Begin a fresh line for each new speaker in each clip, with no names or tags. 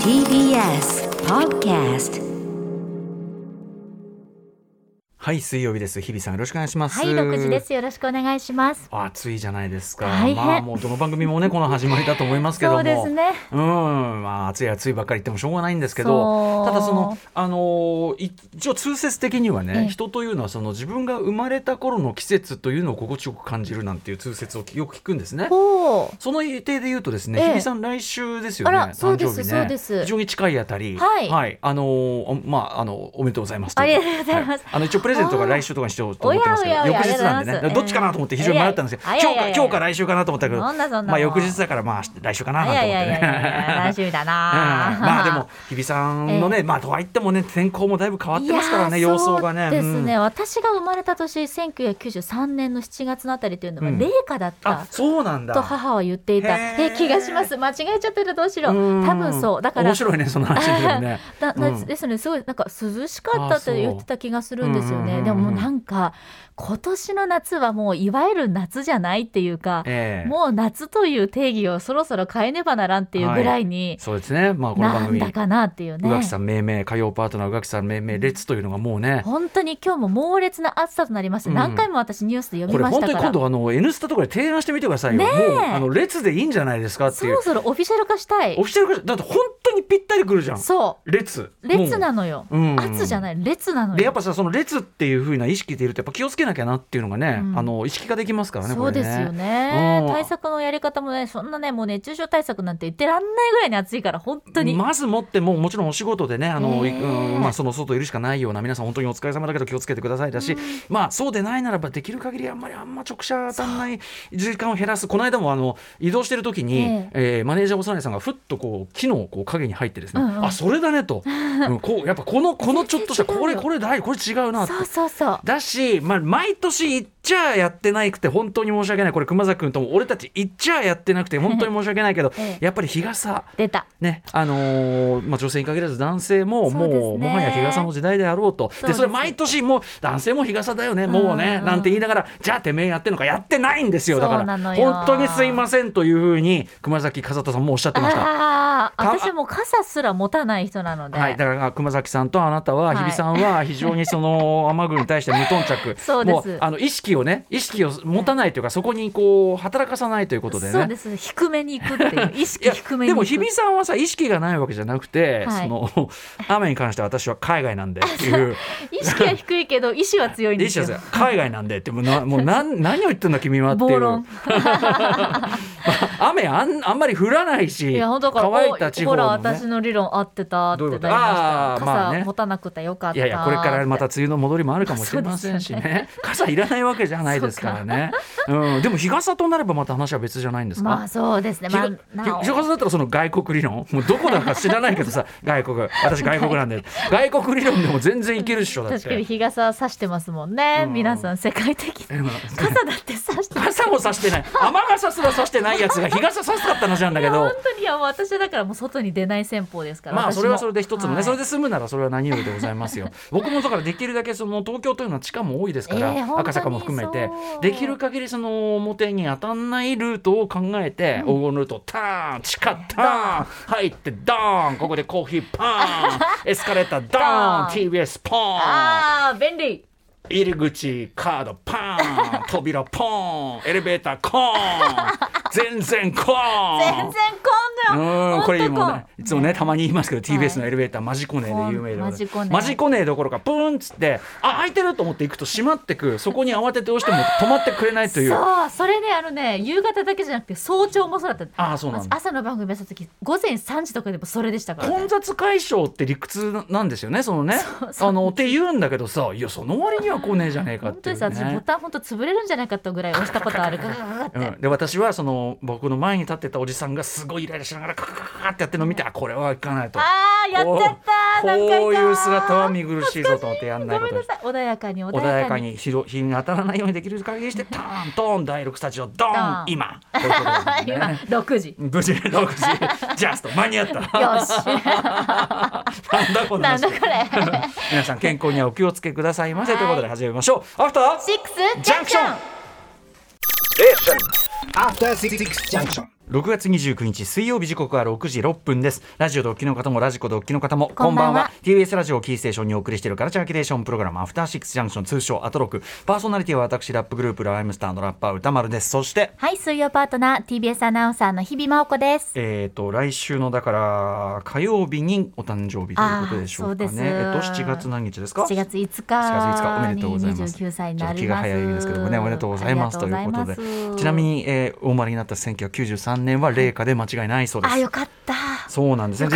TBS Podcast
はい、水曜日です。日比さん、よろしくお願いします。
はい、六時で。す。よろしくお願いします。
暑いじゃないですか。
大変
まあ、もうどの番組もね、この始まりだと思いますけども。
そうですね。
うん、まあ、暑い暑いばっかり言ってもしょうがないんですけ
そ
ど。
う
ただ、その、あのー、い一応通説的にはね、
ええ
人というのは、その自分が生まれた頃の季節というのを心地よく感じるなんていう通説をよく聞くんですね。
ほう。
その予定で言うとですね、
ええ
日比さん来週ですよね。
あらそうです
誕生日ね
そうです
非常に近いあたり、
はい
あのーおまああのおめでとうございます
ありがとうございます
はあの一応プレゼントが来週とかにしようと思ってますけど、
おやおやおや
翌日な
あ
んで
りがとう
ね
ございます
どっちかなと思って非常に迷ったんですけど、
ええ
今
い
日
やいやいやい
か
や
今日か来週かなと思ったけど、
そんなそんな
まあ翌日だからまあ来週かなな
い
んて思っ
やいや
て
いやいや、
ね。
楽しみだ
うん
な。
まあでも日比さんのね、まあとはいってもね天候もだいぶ変わってますから ね
いやー
様相が
そ
ね。
うで
う
す
ん
ね、私が生まれた年、1993年の7月のあたりというのは、
うん
冷夏だった。
あそうなんだ。
と母は言っていた
へー
え気がします間違えちゃってるどうしろ
うん
多分そうだから
面白いねその話で もね。
だだ
うん
ですねすごいなんか涼しかった
あそ
と
う
言ってた気がするんですよ
うんうんうんう
ね
ん
でももうなんか今年の夏はもういわゆる夏じゃないっていうか、
ええ
もう夏という定義をそろそろ変えねばならんっていうぐらいに、
そうですね。まあこの番
なん
組。
だかなっていう
宇
ね
垣。さん命名火曜パートナー宇垣さん命名列というのがもうね
本当に今日も猛烈な暑さとなりました。
うん
何回も私ニュースで読
こ
み
れ
まし
本
た
当に
か
今
ら。
度あの N スタとかで提案してみてくださいよ、
ねえ
もうあの列でいいんじゃないですかって
そ
いう
ろそろオフィシャル化したい
オ。フィシャル化だって本当にぴったりくるじゃん
そ
列
う、列な
の
のよ。
うん
暑じゃない、列なのよ。
でやっぱさその列っていうふうな意識でいるとやっぱ気をつけなきゃなっていうのがね、
うん
あの意識化できますからね
そうですよね
ねうん
対策のやり方もねそんなねもう熱中症対策なんて言ってらんないぐらいに暑いから本当に、
まず持ってもうもちろんお仕事でねあの、
ええ
うんまあ、その外いるしかないような皆さん本当にお疲れ様だけど気をつけてくださいだし、まあそうでないならばできる限りあんまりあんま直射当たんない時間を減らすこの間もあの移動してる時に、え
え
ーマネージャーおさらいさんがふっとこう木のこう影に入ってですね、
うんうん
あそれだね と、うんこうやっぱこのこのちょっとした
全然違う
これ
よ
これだいこれ違うなって
そうそうそう
だし、まあ、毎年言っちゃやってないくて本当に申し訳ないこれ熊崎君とも俺たち言っちゃやってなくて本当に申し訳ないけど
ええ
やっぱり日傘
出た
ねあのーまあ、女性に限らず男性も
そうですね
もうもはや日傘の時代であろうとそ
そう
で
です
それ毎年もう男性も日傘だよねもう
うん
ね
うん
なんて言いながらじゃあてめえやってんのかやってないんですよだか
そう
ら
なのよ
本当にすいませんというふうに熊崎風太さんもおっしゃってました。
ああ
た
私もう傘すら持たない人なので、
はい、だから熊崎さんとあなたは、
はい
日比さん は非常にその雨具に対して無頓着
そうです
もうあの意識をね意識を持たないというか、そこにこう働かさないということでね
そうです低めに行くっていう意
い
識
や
低めに
で
行
も
く
日比さんはさ意識がないわけじゃなくて、
はい
その 雨に関しては私は海外なんでっていう
意識は低いけど意志は強いん
で
で
し
す
た
よ
よ海外なんでってもうな もうなん何を言ってんだ君はってい
暴
う、ま
論
あ、雨あんあんまり降らないし
いや本当だから
乾いた地
おほ
方
ら
も、ね
私、の理論合ってたって
どう
な
いうこ
り
と
ました
あー
傘、
まあね
持たなくてよかった
いやいやこれからまた
っ
梅
て
雨の戻りもあるかもしれませんしね
そうで
傘いらないわけじゃないですからねうん、でも日傘となればまた話は別じゃないんですか、
まあそうですね
ひ
まあ
が
なお
ひ広川さんだったらその外国理論 もうどこだか知らないけどさ外国私外 国なんで外国理論でも全然いけるっしょだっ
確かに
て
日傘差してますもんね、
うん
皆さん世界的に
でも
傘だって差して
傘も差してない雨傘すら差してないやつが日傘差すかった話なんだけ
本
ど
当にいや私はだからもう外に出ない戦法ですから
まあ
私も
それはそれで一つのね、
はい
それで済むならそれは何よりでございますよ 僕もだからできるだけその東京というのは地下も多いですから、
ええ
赤坂も含めて
本当にそう
できる限りその表に当たんないルートを考えて、黄金ルートターン地下ターン入ってドーンここでコーヒー パーンエスカレータードーン TBS ポーン
ああ便利
入り口カードパーン扉ポーンエレベーターコーン全然コーン
全然こんのよ
うん、
本当
これもう
こ
ね、いつもね、たまに言いますけど、
はい
TBS のエレベーター、マジコネで有名でござ
マジ
います。
コネ
マジコネどころか、プーンっつって、あ、開いてると思って行くと閉まってく、そこに慌てて押しても止まってくれないという。
そうそれねあのね夕方だけじゃなくて早朝もそうだった
ああ、そうなんだ。
朝の番組やった時午前3時とかでもそれでしたから、
混
ね、
雑解消って理屈なんですよね、そのね。あの、って言うんだけどさ、いや、その割には来ねえじゃねえかっ
本
て
当
い
です
う、
私ボ
ね。
タン本当潰れるんじゃないかってぐらい押したことあるから
うん、で私はその僕の前に立ってたおじさんがすごいイライラしながらカカカカカってやってるのを見 てあこれはいかないと
ああやっちゃった何回か
こういう姿は見苦しいぞと思ってやんない
ご
こ
めん
とに
なさい穏やかに
穏やかに日の日に当たらないようにできる限りしてターントーン第6スタジオドーン
ドーン
今ということですね
今6時
無事6時ジャスト間に合った
よし
なんだこの
なん
話
だこれ
皆さん健康にはお気をつけくださいませ
はい
ということで始めましょうアフター
シックス
ジ
ジ
ャ
ャン
ンク
ク
シ
シ
ョ
ョ
ン
ン
After Six Junction.
6 6月29日水曜日時刻は6時6分ですラジオでお聞きの方もラジコでお聞きの方も
こんばんは
TBS ラジオをキーステーションにお送りしているカルチャーキュレーションプログラムアフターシックスジャンクション通称アトロクパーソナリティは私ラップグループライムスターのラッパー歌丸ですそして
はい、水曜パートナー、TBS アナウンサーの日々真央子です。
えー、と来週のだから火曜日にお誕生日ということでしょうか
あーそうです
ね。えっと7月何日ですか？
7月5
7月5日お
日
めで
に
とうございます。
29歳にな
ちょっと気
り
が
ます。
早いですけどもねおめでとうございますということで
ありがとうございます
ちなみ、に、えーお生まれになった1993年は冷夏で間違いないそうで
あ、
す。
よかった。
そうなんですね。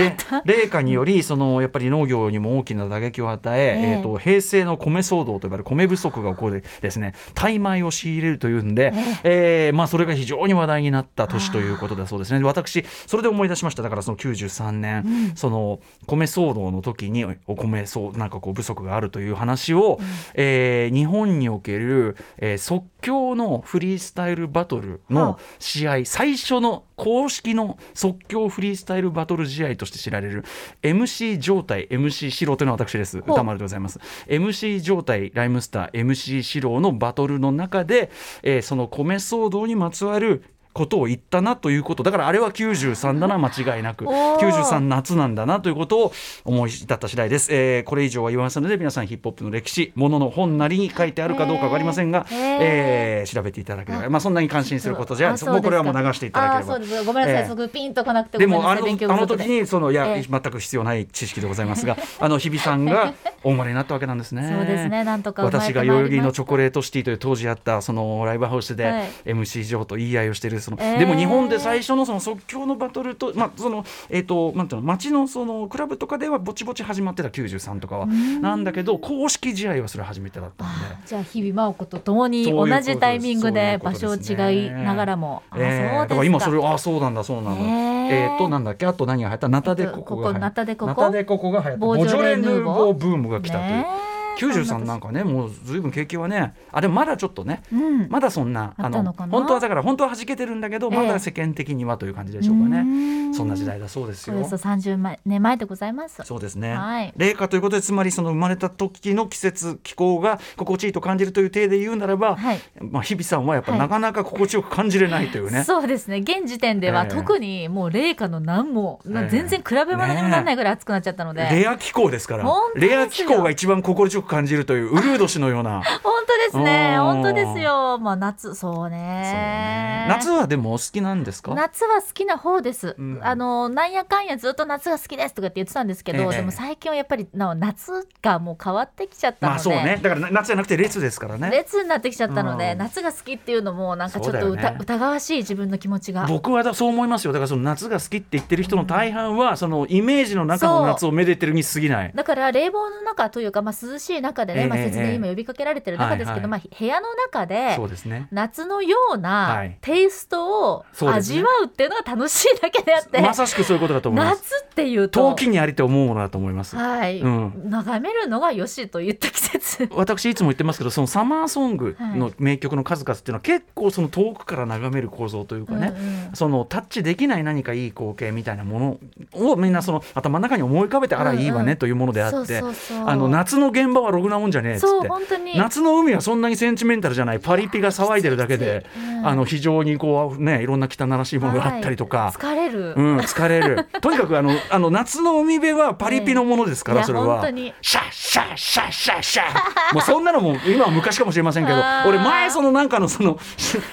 で、冷夏により、そのやっぱり農業にも大きな打撃を与え、
ええ
えーと平成の米騒動と呼ばれる米不足が起こるですね。大米を仕入れるというんで、えーまあそれが非常に話題になった年ということだそうですね。で私それで思い出しました。だからその93年、その米騒動の時にお米そうなんかこう不足があるという話を、えー日本における、えー即興のフリースタイルバトル
はあ
の試合最初の公式の即興フリースタイルバトル試合として知られる MC 状態 MC 四郎というのは私です
ほう
歌丸でございます MC 状態ライムスター MC 四郎のバトルの中で、えーその米騒動にまつわることを言ったなということだからあれは93だな間違いなく
おー
93夏なんだなということを思い立った次第です、えーこれ以上は言わせないので皆さんヒップホップの歴史ものの本なりに書いてあるかどうか分かりませんが、
へー
えー調べていただければ、まあ、そんなに感心することじゃ
あ
あ
そ
もう
で
こ
す
れ
か
はもう流していただければ
あ、そうです。ごめんなさ
え
い。
え
そこピンとこなくて
で
ごめんなさ
もあ
い。
の
勉強
あ
不
の
足
時
で。
にそのいや、
ええ
全く必要ない知識でございますが あの日比さん がお生まれになったわけなんですね。
そうですねなんとか生まれてまい
私
りまし
が
た
代々木のチョコレートシティという当時あったそのライブハウス
はい
で MC 上と言い合いをしているその、
ええ
でも日本で最初のその即興のバトルとまあそのえっ、となんていうの街のそのクラブとかではぼちぼち始まってた93とかはなんだけど公式試合はそれ初めてだったんで。
じゃあ日々真央子と共に
そういう
同
ことです
じタイミング
そうい
で
うこ
場
と
所を
ですね
違いながらも、あ
えー
そうですか
だから今それをあそうなんだそうなんだ、
ねえ
えーっとなんだっけあと何が流行ったナタデココが流
えっとこ
行
こナタデココ
ナタデココが流行った
ボジ
ボジ
ョ
ョ
レ
レ・
ヌ
ヌ
ー
ー
ボ
ボ
ー
ーブームが来たという、
ねえ
93なんかねもう随分経験はねあれまだちょっとね
うん
まだそんな
あったのかな
本当はだから本当は弾けてるんだけど
ええ
まだ世間的にはという感じでしょうかね、
うん
そんな時代だそうです
お
よ
よそ30年前でございます
そうですね、
はい
冷夏ということでつまりその生まれた時の季節気候が心地いいと感じるという体で言うならば、
はい
まあ、日比さんはやっぱ
はい
なかなか心地よく感じれないというね、
そうですね現時点では
ええ
特にもう冷夏の何も、
ええ
全然比べ物にもならないぐらい暑くなっちゃったので、
レア気候ですから
本当ですよ
レア気候が一番心地よく感じるというウルード氏のような
本当ですね
うん
本当ですよまあ夏そう
そう
ね
ね夏はでもお好きなんですか
夏は好きな方です、
うん
あのなんやかんやずっと夏が好きですとかって言ってたんですけど、
ええ
でも最近はやっぱりな夏がもう変わってきちゃったので、
まあそうねだから夏じゃなくて列ですからね
列になってきちゃったので、
うん
夏が好きっていうのもなんかちょっと
そうだ
疑、
よね
疑わしい自分の気持ちが
僕はだそう思いますよだからその夏が好きって言ってる人の大半はそのイメージの中の夏をめでてるに過ぎない
だから冷房の中というか、まあ、涼しい中でね、
ええ
まあ、節
え
電
え
今呼びかけられてる中ですけど、
はいはい
まあ、部屋の中で
そうですね
夏のよう
は
ないテイストを
そうですね
味わうっていうのが楽しいだけであって、
まさしくそういうことだと思います
夏っていうと
陶器にありと思うものだと思います
はい、
うん
眺めるのがよしといった季節。
私いつも言ってますけどそのサマーソングの名曲の数々っていうのは結構その遠くから眺める構造というかね、
うんうん
そのタッチできない何かいい光景みたいなものをみんなその頭の中に思い浮かべて、あ
う
ら
んうん
いいわねというものであ
そう
って、
そうそう
あの夏の現場はろくなもんじゃねえっつっ
そう
て。
本当に
夏の海はそんなにセンチメンタルじゃないパリピが騒いでるだけで
きつい、うん
あの非常にこうねいろんな汚らしいものがあったりとか、
疲れる、
うん、疲れるとにかくあのあの夏の海辺はパリピのものですから、
ええ
それ
いや
は
本当に
シャッシャッシャッシャッシャッもうそんなのもう今は昔かもしれませんけど
あー
俺前そのなんかのその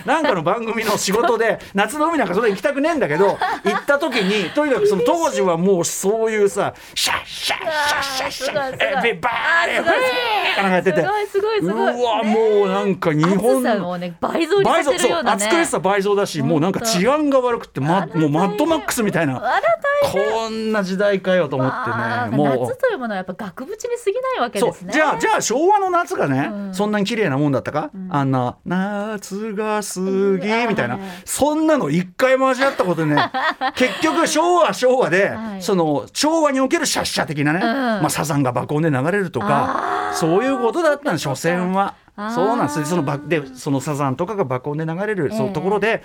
なんかの番組の仕事で夏の海なんかそれ行きたくねえんだけど行った時にとにかくその当時はもうそういうさシャッシャッシャッシャッシャ
うわーすごいすご
ッ
い
エビバーディーフェーかなんかやってて
すごいすごいすごいう
わもうなんか日本
暑さをね倍増にさ
倍増
せる
そ
よ
う
うなね
暑苦しさ倍増だしもうなんか治安が悪くて、ま、もうマッドマックスみたいな。
あら
こんな時代かよと思って
まあ
ね、も
夏というものはやっぱ額縁に過ぎないわ
う。
け
そ
で
う
すね
じゃあじゃあ昭和の夏がね、
うん
そんなに綺麗なもんだったか、あんな「夏が過ぎ」みたいな、
うん
そんなの一回交わったこ とでね結局昭和は昭和で、
はい
その昭和におけるシャッシャ的なね、
ん
まあ、サザンが爆音で流れるとかそういうことだったの所詮は。
あー
そうなんですそのバでそのサザンとかが爆音で流れる、そ
ええ
のところで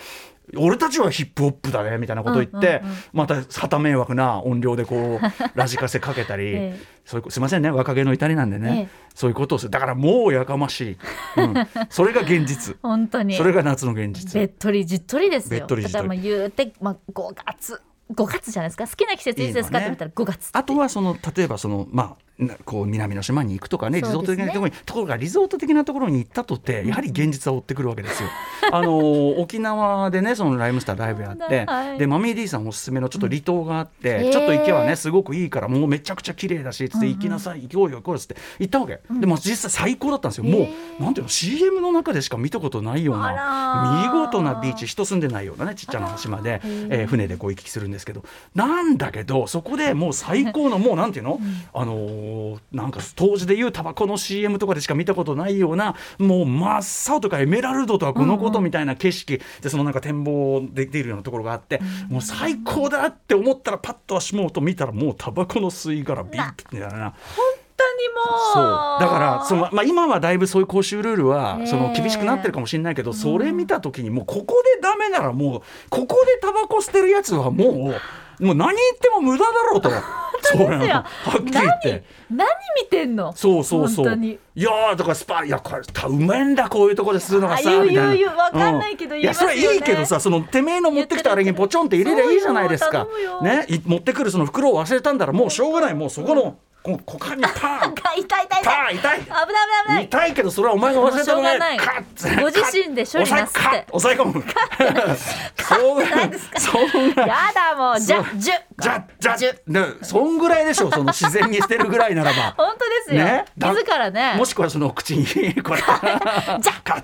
俺たちはヒップホップだねみたいなことを言って、
うんうんうん
また旗迷惑な音量でこうラジカセかけたり、
ええ
そういうすいませんね若気の至りなんでね、
ええ
そういうことをするだからもうやかましい、うん、それが 現実
本当に
それが夏の現
べっ
実
とりじっとりですよ
べっとりじっとり
だからまあ言うて、まあ、5月5月じゃないですか好きな季節いつですか
いい
って言
のね
ったら5月
あとはその例えばそのまあなこう南の島に行くとかねリゾート的なところに、ところがリゾート的なところに行ったとてやはり現実は追ってくるわ けですよ。あのー沖縄でねそのライムスターライブやっ
そう
て、
だはい
でマミー D さんおすすめのちょっと離島があって、
うん
ちょっと行けば
へ
ね
ー
すごくいいからもうめちゃくちゃ綺麗だしつって行きなさい、行こうよ行こうよつって行ったわけ、でも実際最高だったんですよ、も
へ
うなんていうの CM の中でしか見たことないよう
あ
な
らー
見事なビーチ人住んでないようなねちっちゃな島
あ
で、
らーへー
えー船でこう行き来するんですけどなんだけどそこでもう最高のもうなんていうの、あのーなんか当時でいうタバコの CM とかでしか見たことないようなもう真っ青とかエメラルドとはこのことみたいな景色、でそのなんか展望できるようなところがあって、もう最高だって思ったらパッと足元見たらもうタバコの吸い殻ビッみたいな。
本当に
そう
もう
だからその、まあ、今はだいぶそういう講習ルールは
ねえ
その厳しくなってるかもしれないけどそれ見た時にもうここでダメならもうここでタバコ捨てるやつはもうもう何言っても無駄だろう とそうなのはっきり言って。
何見てんの
そうそうそう
本当に
いやーとかスパいやこれたうめえんだこういうとこで吸うのが
あ言
さ
う
みたいな
言う言うわかんないけど
う
言いますよね
やそれいいけどさそのてめえの持ってきたあれにポチョンって入れりゃいいじゃないですか
そうよ頼む
ねい持ってくるその袋を忘れたんだらもうしょうがないもうそこのこ股間にパン
痛い痛い痛い
パン痛
危ない
い
危ない危ない
痛いけどそれはお前が忘れた
もうしょう
の
が
ね
ない
カッつ
ご自身で処理なすって
抑え込むそんぐらいそんぐらい
やだもうじゃ
そう
じゅ
じゃじゃ
じゅ
ねそんぐらいでしょその自然に捨てるぐらいならば
本当ですよ、
ねだ
自らね
もしくはその口にこれ
じゃ
カッ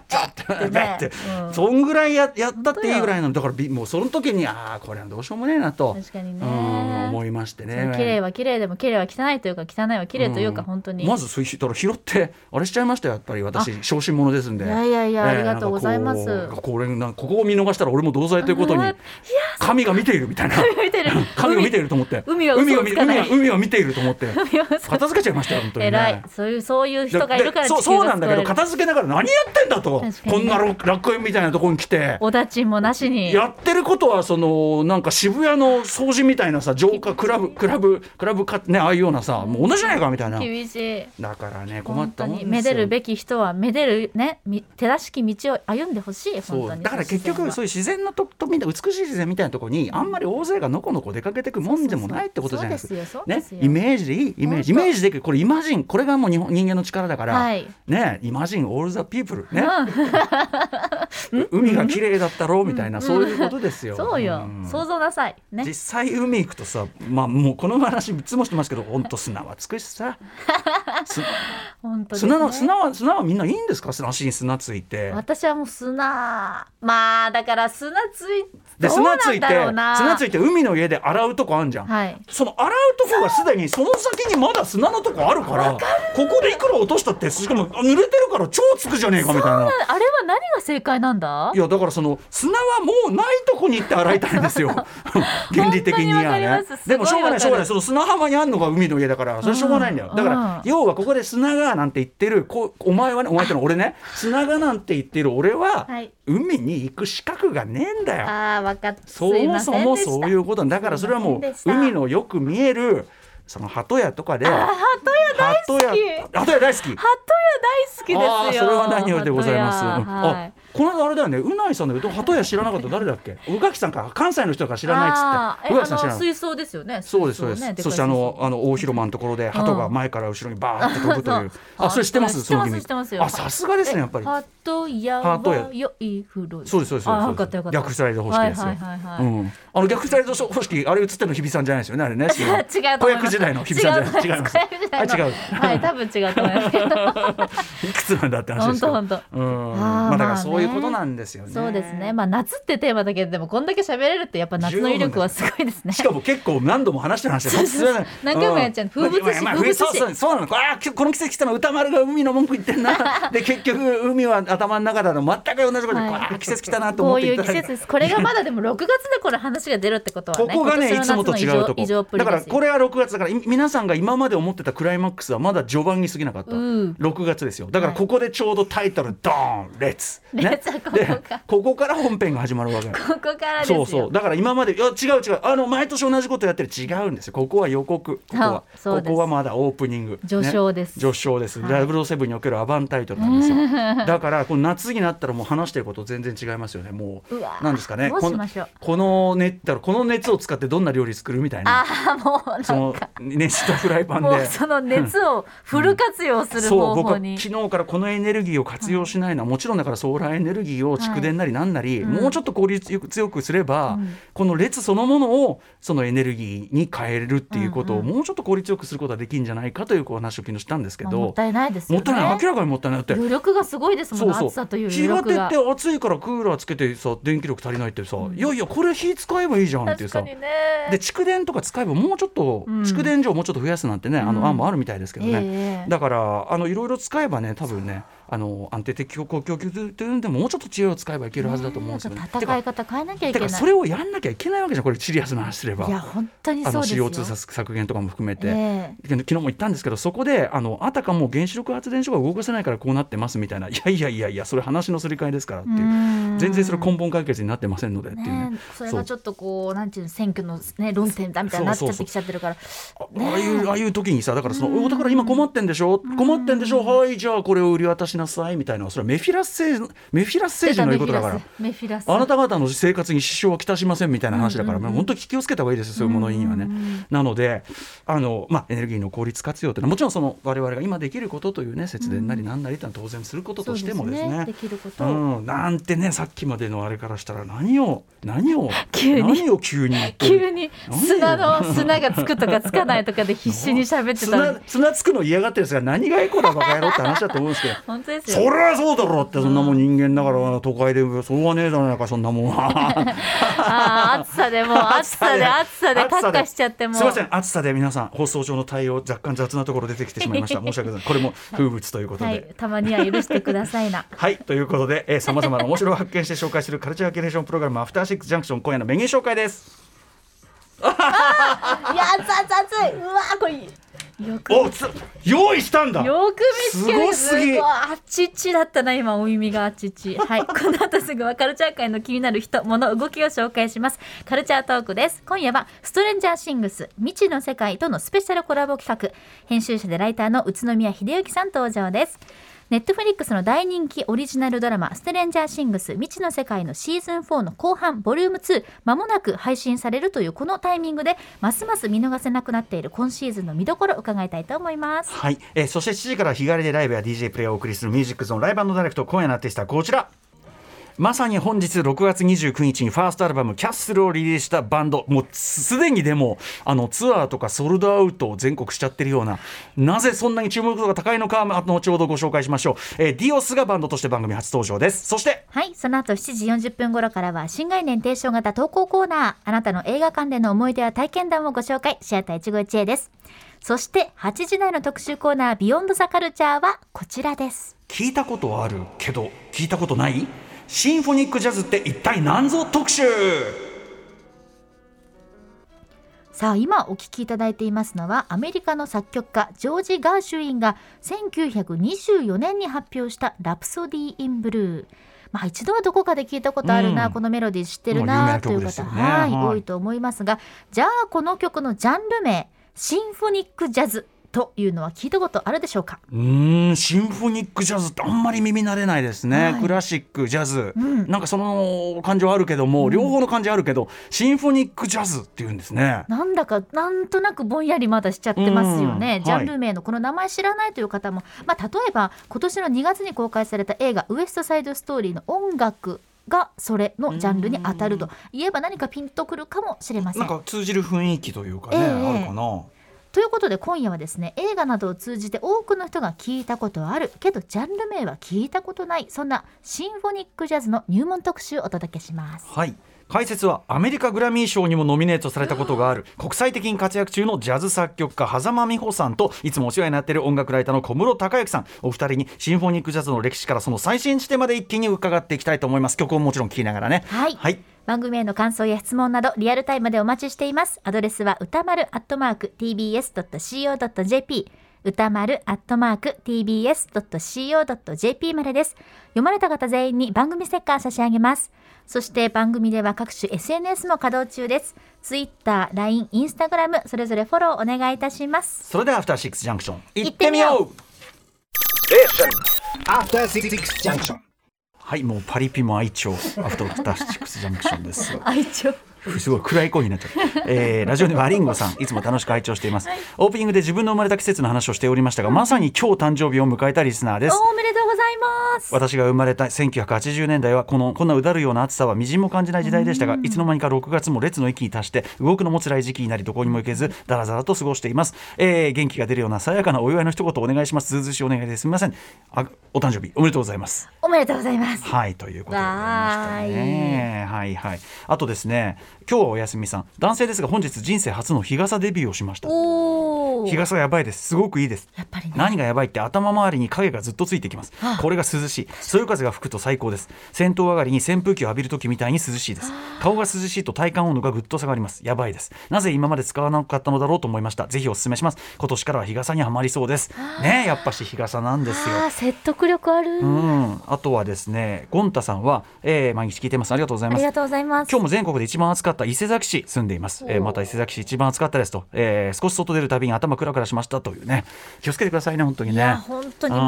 チャッってねって
うん
そんぐらいややったっていいぐらいなのだからびもうその時にああこれはどうしようもねえなと
確かにね
うん思いまして
そ
ね
の綺麗は綺麗でも綺麗は汚いというか汚いは綺麗というか、本当に
まずそういう人ら拾ってあれしちゃいましたよやっぱり私小心者ですんで
いやいやいや
ええ
ありがとうございます
なんかこうこれなここを見逃したら俺も同罪ということに
うわいや
神が見ているみたいな
見てる
神が見ていると思って
海は嘘
が
を
見
つかない
海は海は見ていると思って
海は嘘をつかない
片付けちゃいましたよ本当にね
偉いそういうそういう人がいるから
でそうそうなんだけど
地球が救われる
片付けながら何やってんだ
確
と
かに
こんなロ楽園みたいなところに来て
おだちんもなしに
やってることはそのなんか渋谷の掃除みたいなさ浄化クラブクラブクラブかねああいうようなさもう同じじゃないかみたいな
厳しい
だからね困っ
本
た
当
もんです
に
よ
めでるべき人はめでるねみ手らしき道を歩んでほしい
そ
本当
う
に
だから結局そう
う
いう自然のととみんな美しい自然みたいなところにあんまり大勢がのこのこ出かけてくもんでもないってことじゃないですか。
そう
ね
ですよそうですよ、
イメージでいいイメージイ
本当
メージでいいこれイマジンこれがもう日本人間の力だから、
はい
ねイマジンオールザピープルね、 海が綺麗だったろうみたいな、そういうことですよ。
そうよ、
ん
想像なさいね
実際海行くとさ、まあ、もうこの話いつもしてますけど本当砂はつくしさす
本当に、ね、
砂の砂は砂はみんないいんですか足に砂ついて。
私はもう砂まあだから砂ついど
で
う
砂つ
なん
いて
だろうな
砂ついて海の家で洗うとこあんじゃん、
はい
その洗うとこがすでにその先にまだ砂のとこあるからここでいくら落としたってしかもあ濡れてるから超つくじゃねえかみたいな
あれは何が正解なんだ
いやだからその砂はもうないとこに行って洗いたい んですよ原理的に
本当にわか
は
りま
ね
すすごい
でもしょうがな
わか
い
る
しょうがないその砂浜にあんのが海の家だからそれしょうがないんだよ、
うん
だか
うん
ら要はここで砂がなんて言ってるこうお前はねお前ってのは 俺ね砂がなんて言ってる俺は、
はい
海に行く資格がねえんだよ
ああ分かったす
そ
い
も
ませ
そ
んでした
もそういうことなんだからそれはも
すいませんでした
う海のよく見えるその鳩屋とかで
鳩
鳩
屋大好き
鳩屋大好き
鳩屋大
あ
好
あ
きです
ー
よ
それは何よりでございます、
鳩
うん
屋は
あこの間あれだよねうないさんのこと鳩屋知らなかった誰だっけ宇垣さんか関西の人が知らないっ
あ
つって
ー
宇
え
垣さん知ら
あの
ない
水槽ですよね。
そうですそうで
水
す、
槽ね
そしてあの、あの大広間のところで鳩が前から後ろにバーって飛ぶという、
うん
あそれ知ってます
知ってま
その
す
君
知ってますよ
あさすがですねやっぱり
ハトヤ
ハトヤ
は良い風呂。
そうですそうですそう
あ
です
ーよかったよかった。
逆スライド方式ですよ、
はいはいはいはい
うん、あの逆スライド方式あれ映ってるの日比さんじゃないですよねあれね 違
違うと思います。
子役時代の日比さんじゃない
違う
違います
子役時代の
あ違う
はい、多分違うと思いますけど。
いくつなんだって話ですけど
ほんとほんと
うん
あー
まあだか
まあ
ら
ね
そういういうことなんですよね。
そうですね。まあ夏ってテーマだけどでもこんだけ喋れるってやっぱ夏の威力はすごいですね。
しかも結構何度も話してる話で
そうそうそう何回もやっちゃう風物詩風物詩
そうそうそうなのあーきょこの季節来たの歌丸が海の文句言って んなで結局海は頭の中だと全く同じことで、
はい
あー季節来たなと
こ
思っ
う
て
い
いうた
季
だい
節
て
です。これがまだでも6月でこの話が出るってことはね。
ここがねい
今
つも
年の夏の
と違うと
異常異常っ
こ
ぷり
だ
で
か
すよ
らこれは6月だからい皆さんが今まで思ってたクライマックスはまだ序盤に過ぎなかった
うん
6月ですよだからここでちょうどタイトルドーンレッ ツ
レッツはここ
で
か
ここから本編が始まるわけなの
ここからです
そ
よ。
うそうだから今までいや違う違うあの毎年同じことやってる違うんですよここは予告ここは
あそう
こ
です
こはまだオープニング
序章です
ね、序章です、
はい
ラブロセブンにおけるアバンタイトルなんで すよだからこの夏になったらもう話してること全然違いますよねもう
うわー
なんですかね
どうしましょう
このこの熱だろこの熱を使ってどんな料理作るみたいな
ああもうなん
その
か
熱したフライパン
もう
で
その熱をフル活用する
そう
方
僕は
法
昨
に。
日からこのエネルギーを活用しないのは、もちろんだからソーラーエネルギーを蓄電なりなんなり、
はいうん
もうちょっと効率よく強くすれば、
うん
この列そのものをそのエネルギーに変えるっていうことを、
うんうん
もうちょっと効率よくすることができるんじゃないかというこう話を昨日したんですけ
まあ
ど、
もったいないですよ
も
ね。
ったいない明らかにもったいないだって。
余力がすごいですもんね。
そう
暑
そ
さ
う
という余
平
力
手っ
が
て。暑いからクーラーつけてさ電気力足りないってさ、いやいやこれ火使えばいいじゃんっていう
確か
さ
にね。
で蓄電とか使えばもうちょっと、
うん
蓄電所をもうちょっと増やすなんてねあ
うん
の案もあるみたいですけどね、
ええ
だからあのいろいろ使えばね多分ねあの安定的供給供給というのでももうちょっと知恵を使えばいけるはずだと思うんですよね。
なんか
て
戦い
か
方変えなきゃい
て
けな
か
い。
それをやんなきゃいけないわけじゃんこれシリアスな話すれば
いや本当に
あ
そう
の
ですよ。
CO2 削削減とかも含めて。
ええ
けど昨日も言ったんですけどそこであのあたかも原子力発電所が動かせないからこうなってますみたいないやいやいやいやそれ話のすり替えですからっていう
うん
全然それ根本解決になってませんのでっていう
ね
ね
えそれがちょっとこうなんていうの選挙のね論点だみたいになっちゃってきちゃってるから
あああいうああいう時にさだからそのおだから今困ってんでしょ困ってんでしょはいじゃあこれを売り渡しなさいみたいなのはそれはメフィラス政治メフィラス政治の言うことだから。
メフィラスメフィラス
あなた方の生活に支障はきたしませんみたいな話だから、まあ本当に気をつけた方がいいですよ、そういうものにはね。なのであの、まあ、エネルギーの効率活用というのは、もちろんその我々が今できることというね、節電なりなんなりというのは当然することとしてもです
そう
ね
で。きること
う
を、
ん、なんてねさっきまでのあれからしたら何を何を
急に
何を 急に言ってる
急に砂の砂がつくとかつかないとかで必死に喋ってたの
砂
に
砂つくの嫌がってるんですが何がエコだバカ野郎って話だと思う んですけど
本当です
そ
よ
りゃそうだろってそんなもん人間だから都会でそうはねえじゃないかそんなもんは。
あー暑さでもう 暑さで暑さでカッカしちゃってもう
すみません暑さで皆さん放送上の対応若干雑なところ出てきてしまいま した申し訳ございませんこれも風物ということで
は
はい
い、たまには許してくださいな
ということでさまざまな面白を発見して紹介するカルチャーキュレーションプログラム「アフターシックスジャンクション」今夜のメニュー紹介です
いや暑い暑い暑いうわーこれよく
おつ用意したんだ
よく見つける
すごすぎ
ごいあっちっちだったな今お耳があっちっち はいこの後すぐはカルチャー界の気になる人物動きを紹介しますカルチャートークです今夜はストレンジャーシングス未知の世界とのスペシャルコラボ企画編集者でライターの宇都宮秀幸さん登場ですネットフリックスの大人気オリジナルドラマ「ストレンジャーシングス未知の世界」のシーズン4の後半ボリューム2まもなく配信されるというこのタイミングでますます見逃せなくなっている今シーズンの見どころ伺いたいと思います。
はい、えーそして7時から日帰りでライブや DJ プレイをお送りするミュージックゾーンライブダイレクト今夜のアーティストはこちらまさに本日6月29日にファーストアルバム「キャッスル」をリリースしたバンドもうすでにでもあのツアーとかソールドアウトを全国しちゃってるようななぜそんなに注目度が高いのかまあ後ほどご紹介しましょう、えーディオスがバンドとして番組初登場ですそして
はい、その後7時40分頃からは新概念提唱型投稿コーナー。あなたの映画関連の思い出や体験談をご紹介、シアター一期一会です。そして8時台の特集コーナー、ビヨンドザカルチャーはこちらです。
聞いたことはあるけど聞いたことないシンフォニックジャズって一体何ぞ特集
さあ今お聞きいただいていますのはアメリカの作曲家ジョージ・ガーシュウィンが1924年に発表した「ラプソディ・イン・ブルー」。まあ、一度はどこかで聞いたことあるな、
うん
このメロディー知ってる
まあ有名
な、
な
とい
曲
う
です
方、
よね
はい
はい
多いと思いますがじゃあこの曲のジャンル名シンフォニック・ジャズというのは聞いたことあるでしょうか
うーんシンフォニックジャズってあんまり耳慣れないですね、
はい
クラシックジャズ、
ん
なんかその感じはあるけども、両方の感じあるけどシンフォニックジャズっていうんですね
なんだかなんとなくぼんやりまだしちゃってますよね、
うん
ジャンル名のこの名前知らないという方も、まあ、例えば今年の2月に公開された映画「ウエスト・サイド・ストーリー」の音楽がそれのジャンルに当たると言えば何かピンとくるかもしれませ
なん
ん。
か通じる雰囲気というかね、
ええ
あるかな
とということで今夜はですね映画などを通じて多くの人が聞いたことあるけどジャンル名は聞いたことないそんなシンフォニックジャズの入門特集をお届けします。
はい解説はアメリカグラミー賞にもノミネートされたことがある国際的に活躍中のジャズ作曲家狭間美穂さんといつもお世話になっている音楽ライターの小室孝之さんお二人にシンフォニックジャズの歴史からその最新地点まで一気に伺っていきたいと思います曲をもちろん聴きながらね
はい、
はい
番組への感想や質問などリアルタイムでお待ちしていますアドレスは歌丸アットマーク tbs.co.jp 歌丸アットマーク tbs.co.jp までです読まれた方全員に番組ステッカー差し上げますそして番組では各種 SNS も稼働中ですツイッター、LINE、インスタグラムそれぞれフォローお願いいたします
それではアフターシックスジャンクション行
行
っ
ってて
み
み
よ
よ
う
After Six Junction.
はいもうパリピも愛鳥アフターシックスジャンクションです
愛情
すごい暗い声になっちゃった、えーラジオネームアリンゴさんいつも楽しく拝聴しています、オープニングで自分の生まれた季節の話をしておりましたがまさに今日誕生日を迎えたリスナーです
おめでとうございます
私が生まれた1980年代はこのこんなうだるような暑さはみじんも感じない時代でしたがいつの間にか6月も列の域に達して動くのも辛い時期になりどこにも行けずだらだらと過ごしています、えー元気が出るようなさやかなお祝いの一言お願いしますずうずうしいお願いですすみませんあお誕生日おめでとうございます
おめでとうございます
はいということでございましたね。はいはい。あとですね、今日はお休みさん、男性ですが本日人生初の日傘デビューをしました。
おお
日傘やばいです。すごくいいです。
やっぱりね
何がやばいって頭周りに影がずっとついてきます。これが涼しい。そよ風が吹くと最高です。戦闘上がりに扇風機を浴びる時みたいに涼しいです。顔が涼しいと体感温度がぐっと下がります。やばいです。なぜ今まで使わなかったのだろうと思いました。ぜひお勧めします。今年からは日傘にはまりそうです。ねえやっぱし日傘なんですよ。
あー説得力ある、
うん、あとはですね、ゴンタさんは、えー毎日聞いてます。ありがとうござい
あ
ま
り
す
が。とうございます
今日も全国で一番暑かった伊勢崎市住んでいます。えーまた伊勢崎市一番暑かったですと、えー少し外出るたびに頭クラクラしましたというね。気をつけてくださいね、本当に
いや
ね。
本当にもう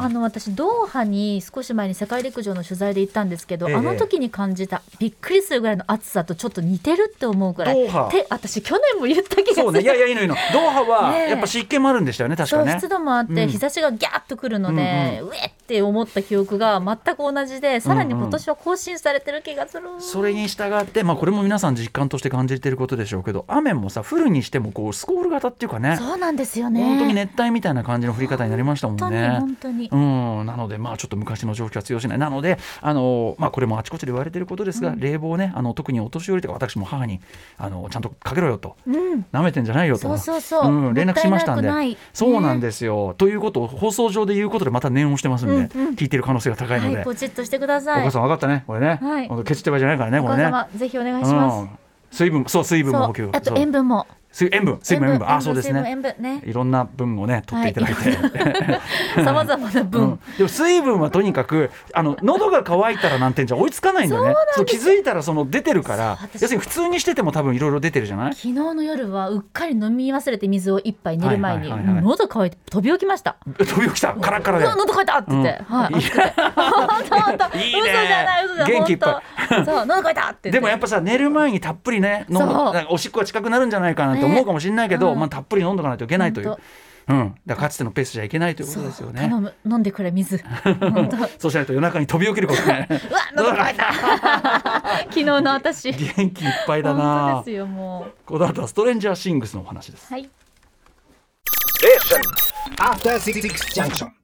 あー
あの私ドーハに少し前に世界陸上の取材で行ったんですけど、
ええ
あの時に感じたびっくりするぐらいの暑さとちょっと似てるって思うぐらい
ドーハ
て私去年も言った気がする
そうね、いやいやいいのいいの。ドーハは
ねえ
やっぱ湿気もあるんでしたよね、確
そ
か
う
ね
湿。度もあって、
うん
日差しがギャーッとくるので、うえって思った記憶が全く同じでさらに今年は更新されてる気がする、
それに従って、まあ、これも皆さん実感として感じていることでしょうけど、雨もさ、降るにしてもこうスコール型っていうかね、
そうなんですよね
本当に熱帯みたいな感じの降り方になりましたもんね。
本当に本当に、
うん、なので、まあ、ちょっと昔の状況は通用しない、なので、あのまあ、これもあちこちで言われていることですが、冷房ねあの、特にお年寄りとか、私も母にあのちゃんとかけろよと、
うん
なめてんじゃないよと、
そうそうそう、
ん、連絡しましたんで、
もったいなくない
そうなん
ね
ですよ。ということを放送上で言うことで、また念をしてますんで、
うんうん
聞いてる可能性が高いので、
はい、
お
ポチッとしてください
母さん、分かったね、これね、
はい
本当ケチってばじゃないからね、
お
これ
母
ね。
様、ぜひお願いします。
うん水分そう水分
そ
も
う
補給
あと
そう
塩分も。
水塩分水分塩分あそうです
塩分
ね
塩分ね。
いろんな分をね取っていただいて、
さまざまな
う
分
ん。、でも水分はとにかくあの喉が渇いたらなんてんじゃ追いつかないんだよねそう気づいたらその出てるから
そう私
要するに普通にしてても多分いろいろ出てるじゃない
昨日の夜はうっかり飲み忘れて水を一杯寝る前に、
はいはいはいはい
もう喉乾いて飛び起きました。
飛び起きたカラッカラ
う
で
わ喉乾いたって言って、
うん
はい。暑くて本当本当。
いいね
嘘じゃない嘘じゃない。
元気いっぱ
本当そう喉乾いたって言って。
でもやっぱさ寝る前にたっぷりね飲む
そう
なんかおしっこが近くなるんじゃないかなって思うかもしれないけど、
ねうん
まあ、たっぷり飲んどかないといけないという
本、
うん、だからかつてのペースじゃいけないということですよね
頼む飲んでくれ水。本当。うわ
そうしないと夜中に飛び起きること ね
喉乾いた。昨日の私。
元気いっぱいだ
本当
な
ですよもう。
この後はストレンジャーシングスのお話です
はい。
After Six Junction.